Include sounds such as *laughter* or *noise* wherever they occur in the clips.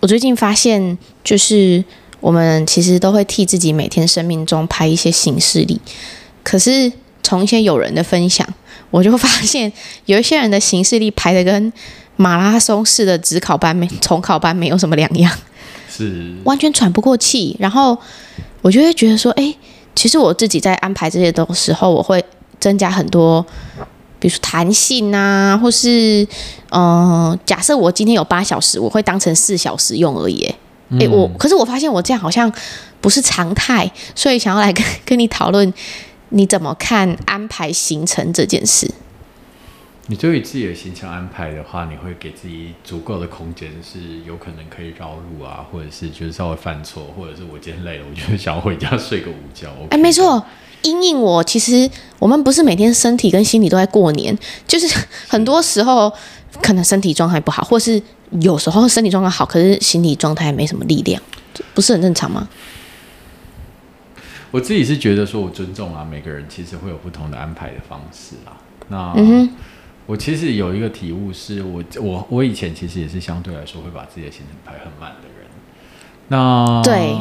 我最近发现，就是我们其实都会替自己每天生命中拍一些行事历，可是从一些友人的分享，我就发现有一些人的行事历排的跟马拉松式的职考班、没重考班没有什么两样，是完全喘不过气。然后我就会觉得说，哎、其实我自己在安排这些东时候，我会增加很多，比如说弹性啊，或是嗯、呃假设我今天有八小时，我会当成四小时用而已、诶哎、我可是我发现我这样好像不是常态，所以想要来跟跟你讨论，你怎么看安排行程这件事？你对于自己的行程安排的话，你会给自己足够的空间，是有可能可以绕路啊，或者是就是稍微犯错，或者是我今天累了，我就想要回家睡个午觉。OK 哎，没，错，因应我其实我们不是每天身体跟心理都在过年，就是 *laughs* 很多时候可能身体状态不好，或是有时候身体状态好，可是心理状态没什么力量，这不是很正常吗？我自己是觉得说我尊重啊，每个人其实会有不同的安排的方式啦。那、嗯我其实有一个体悟是我我我以前其实也是相对来说会把自己的行程排很满的人，那对，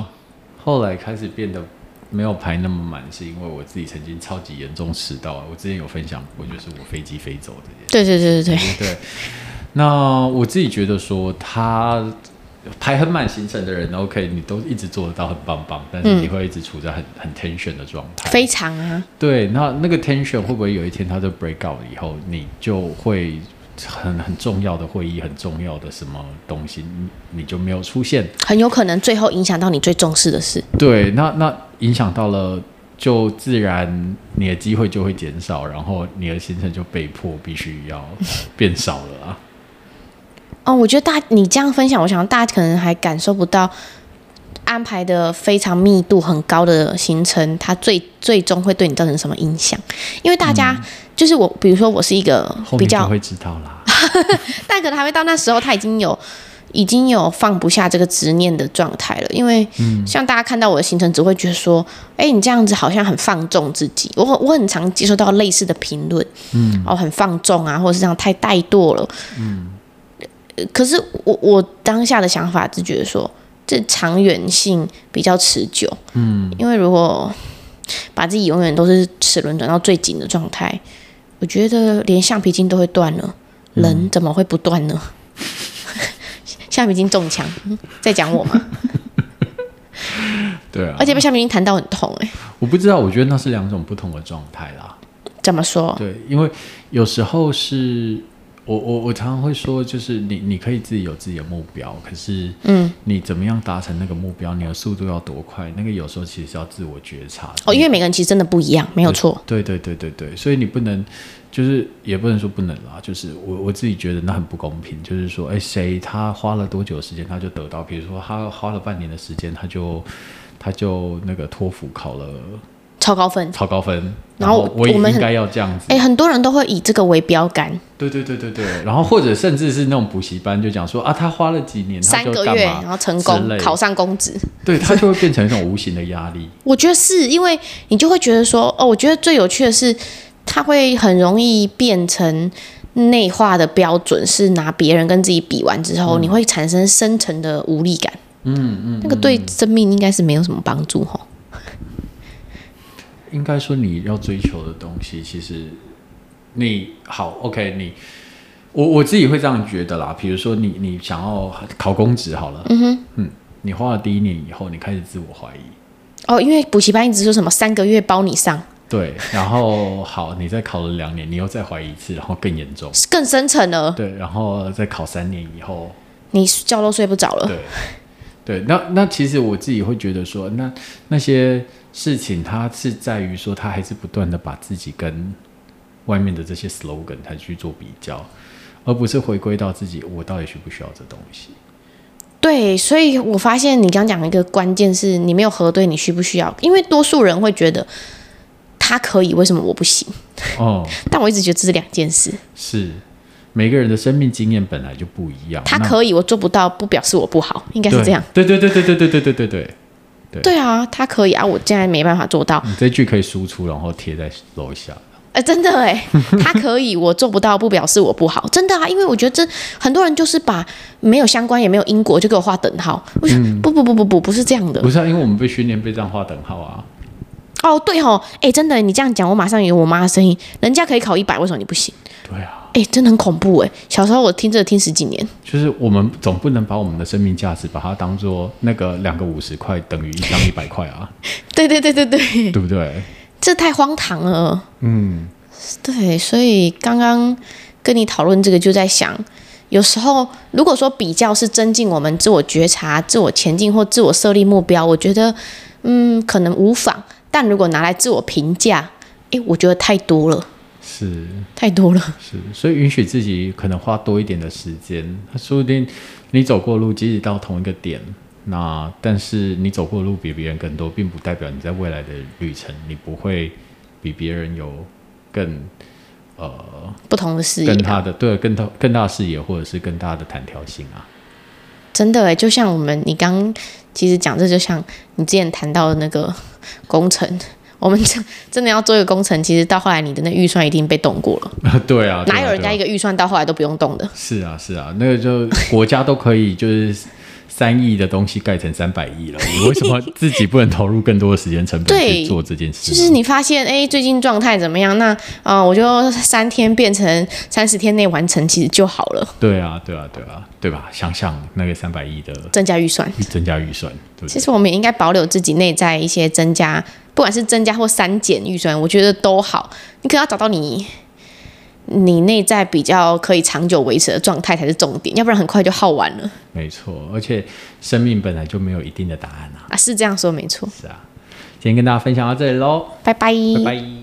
后来开始变得没有排那么满，是因为我自己曾经超级严重迟到，啊我之前有分享过，就是我飞机飞走这件事。对对对对对，对，那我自己觉得说，他排很满行程的人，OK，你都一直做得到很棒棒，但是你会一直处在很很 tension 的状态。嗯非常啊，对，那那个 tension 会不会有一天他就 break out 了以后，你就会很很重要的会议，很重要的什么东西，你你就没有出现？很有可能最后影响到你最重视的事。对，那那影响到了。就自然你的机会就会减少，然后你的行程就被迫必须要呃变少 *laughs* 了啊。哦，我觉得大你这样分享，我想大家可能还感受不到安排的非常密度很高的行程，它最最终会对你造成什么影响？因为大家、就是我，比如说我是一个后比面就较，会知道啦。但可能还没到那时候，他已经有已经有放不下这个执念的状态了。因为像大家看到我的行程，只会觉得说，哎、你这样子好像很放纵自己。我我很常接收到类似的评论，嗯，哦，很放纵啊，或者是这样太怠惰了，嗯。可是我我当下的想法只觉得说，这长远性比较持久，嗯，因为如果把自己永远都是齿轮转到最紧的状态，我觉得连橡皮筋都会断了。嗯人怎么会不断呢？ *laughs* 橡皮筋中枪，嗯在讲我 *laughs* 嘛，对啊而，且被橡皮筋弹到很痛哎、我不知道，我觉得那是两种不同的状态啦。怎么说？对，因为有时候是我我我常常会说，就是你你可以自己有自己的目标，可是嗯，你怎么样达成那个目标，你的速度要多快，那个有时候其实是要自我觉察的。哦，因为每个人其实真的不一样，没有错。对对对对对，所以你不能，就是也不能说不能啦，就是我我自己觉得那很不公平，就是说，哎，谁他花了多久时间他就得到，比如说他花了半年的时间，他就他就那个托福考了超高分，超高分，然然后后我也我们应很该要这样子，哎、很多人都会以这个为标杆，对对对对对，然后或者甚至是那种补习班就讲说啊，他花了几年，他三就个干月嘛然后成之功类的考上公职。对他就会变成一种无形的压力，我觉得是因为你就会觉得说，哦，我觉得最有趣的是，它会很容易变成内化的标准，是拿别人跟自己比完之嗯后，你会产生深层的无力感。嗯嗯，那个对生命应该是没有什么帮助吼。应该说你要追求的东西，其实你好，OK，你我我自己会这样觉得啦。比如说你你想要考公职好了，嗯哼，你花了第一年以后，你开始自我怀疑，哦，因为补习班一直说什么三个月包你上，对，然后 *laughs* 好，你再考了两年，你又再怀疑一次，然后更严重，更深层了，对，然后再考三年以后，你觉都睡不着了。对，对，那那其实我自己会觉得说，那那些事情，它是在于说，他还是不断的把自己跟外面的这些 slogan 它去做比较，而不是回归到自己，我到底需不需要这东西？对，所以我发现你刚讲的一个关键是你没有核对你需不需要，因为多数人会觉得他可以，为什么我不行？哦，但我一直觉得这是两件事，是每个人的生命经验本来就不一样，他那可以，我做不到，不表示我不好，应该是这样。对对对对对对对对对对，嗯对啊，他可以啊，我现在没办法做到。你这句可以输出，然后贴在楼下。呃，真的 *laughs* 哎，他可以，我做不到，不表示我不好，真的啊，因为我觉得这很多人就是把没有相关也没有因果就给我画等号，我说、嗯不不不不不，不是这样的不，是、啊，因为我们被训练被这样画等号啊。哦对哦，哎，真的，你这样讲，我马上有我妈的声音，人家可以考一百，为什么你不行？对啊，哎，真的很恐怖哎，小时候我听这个听十几年，就是我们总不能把我们的生命价值把它当做那个两个五十块等于一张一百块啊，对对对对对，对不对？这太荒唐了。嗯，对，所以刚刚跟你讨论这个，就在想，有时候如果说比较是增进我们自我觉察、自我前进或自我设立目标，我觉得，嗯，可能无妨。但如果拿来自我评价，诶，我觉得太多了，是太多了。是，所以允许自己可能花多一点的时间，说不定你走过路，即使到同一个点。那但是你走过的路比别人更多，并不代表你在未来的旅程你不会比别人有更呃不同的视野更，大的对更大更大的视野或者是更大的弹跳性啊。 *laughs* 真的诶，就像我们你刚其实讲这，就像你之前谈到的那个工程，我们真真的要做一个工程，其实到后来你的那预算一定被动过了，对啊，对啊哪有人对啊家一个预算到后来都不用动的？是啊，是啊，那个就国家都可以就是三亿的东西盖成三百亿了，你为什么自己不能投入更多的时间成本对去做这件事就呢？是你发现哎、诶最近状态怎么样？那呃，我就三天变成三十天内完成，其实就好了，对啊，对啊，对啊，对吧？想想那个三百亿的增加预算。增加预算，对不其对？实我们也应该保留自己内在一些增加，不管是增加或删减预算，我觉得都好。你可能要找到你你内在比较可以长久维持的状态才是重点，要不然很快就耗完了没错，而且生命本来就没有一定的答案啊。啊。是这样说没错，是啊，今天跟大家分享到这里喽，拜拜拜拜。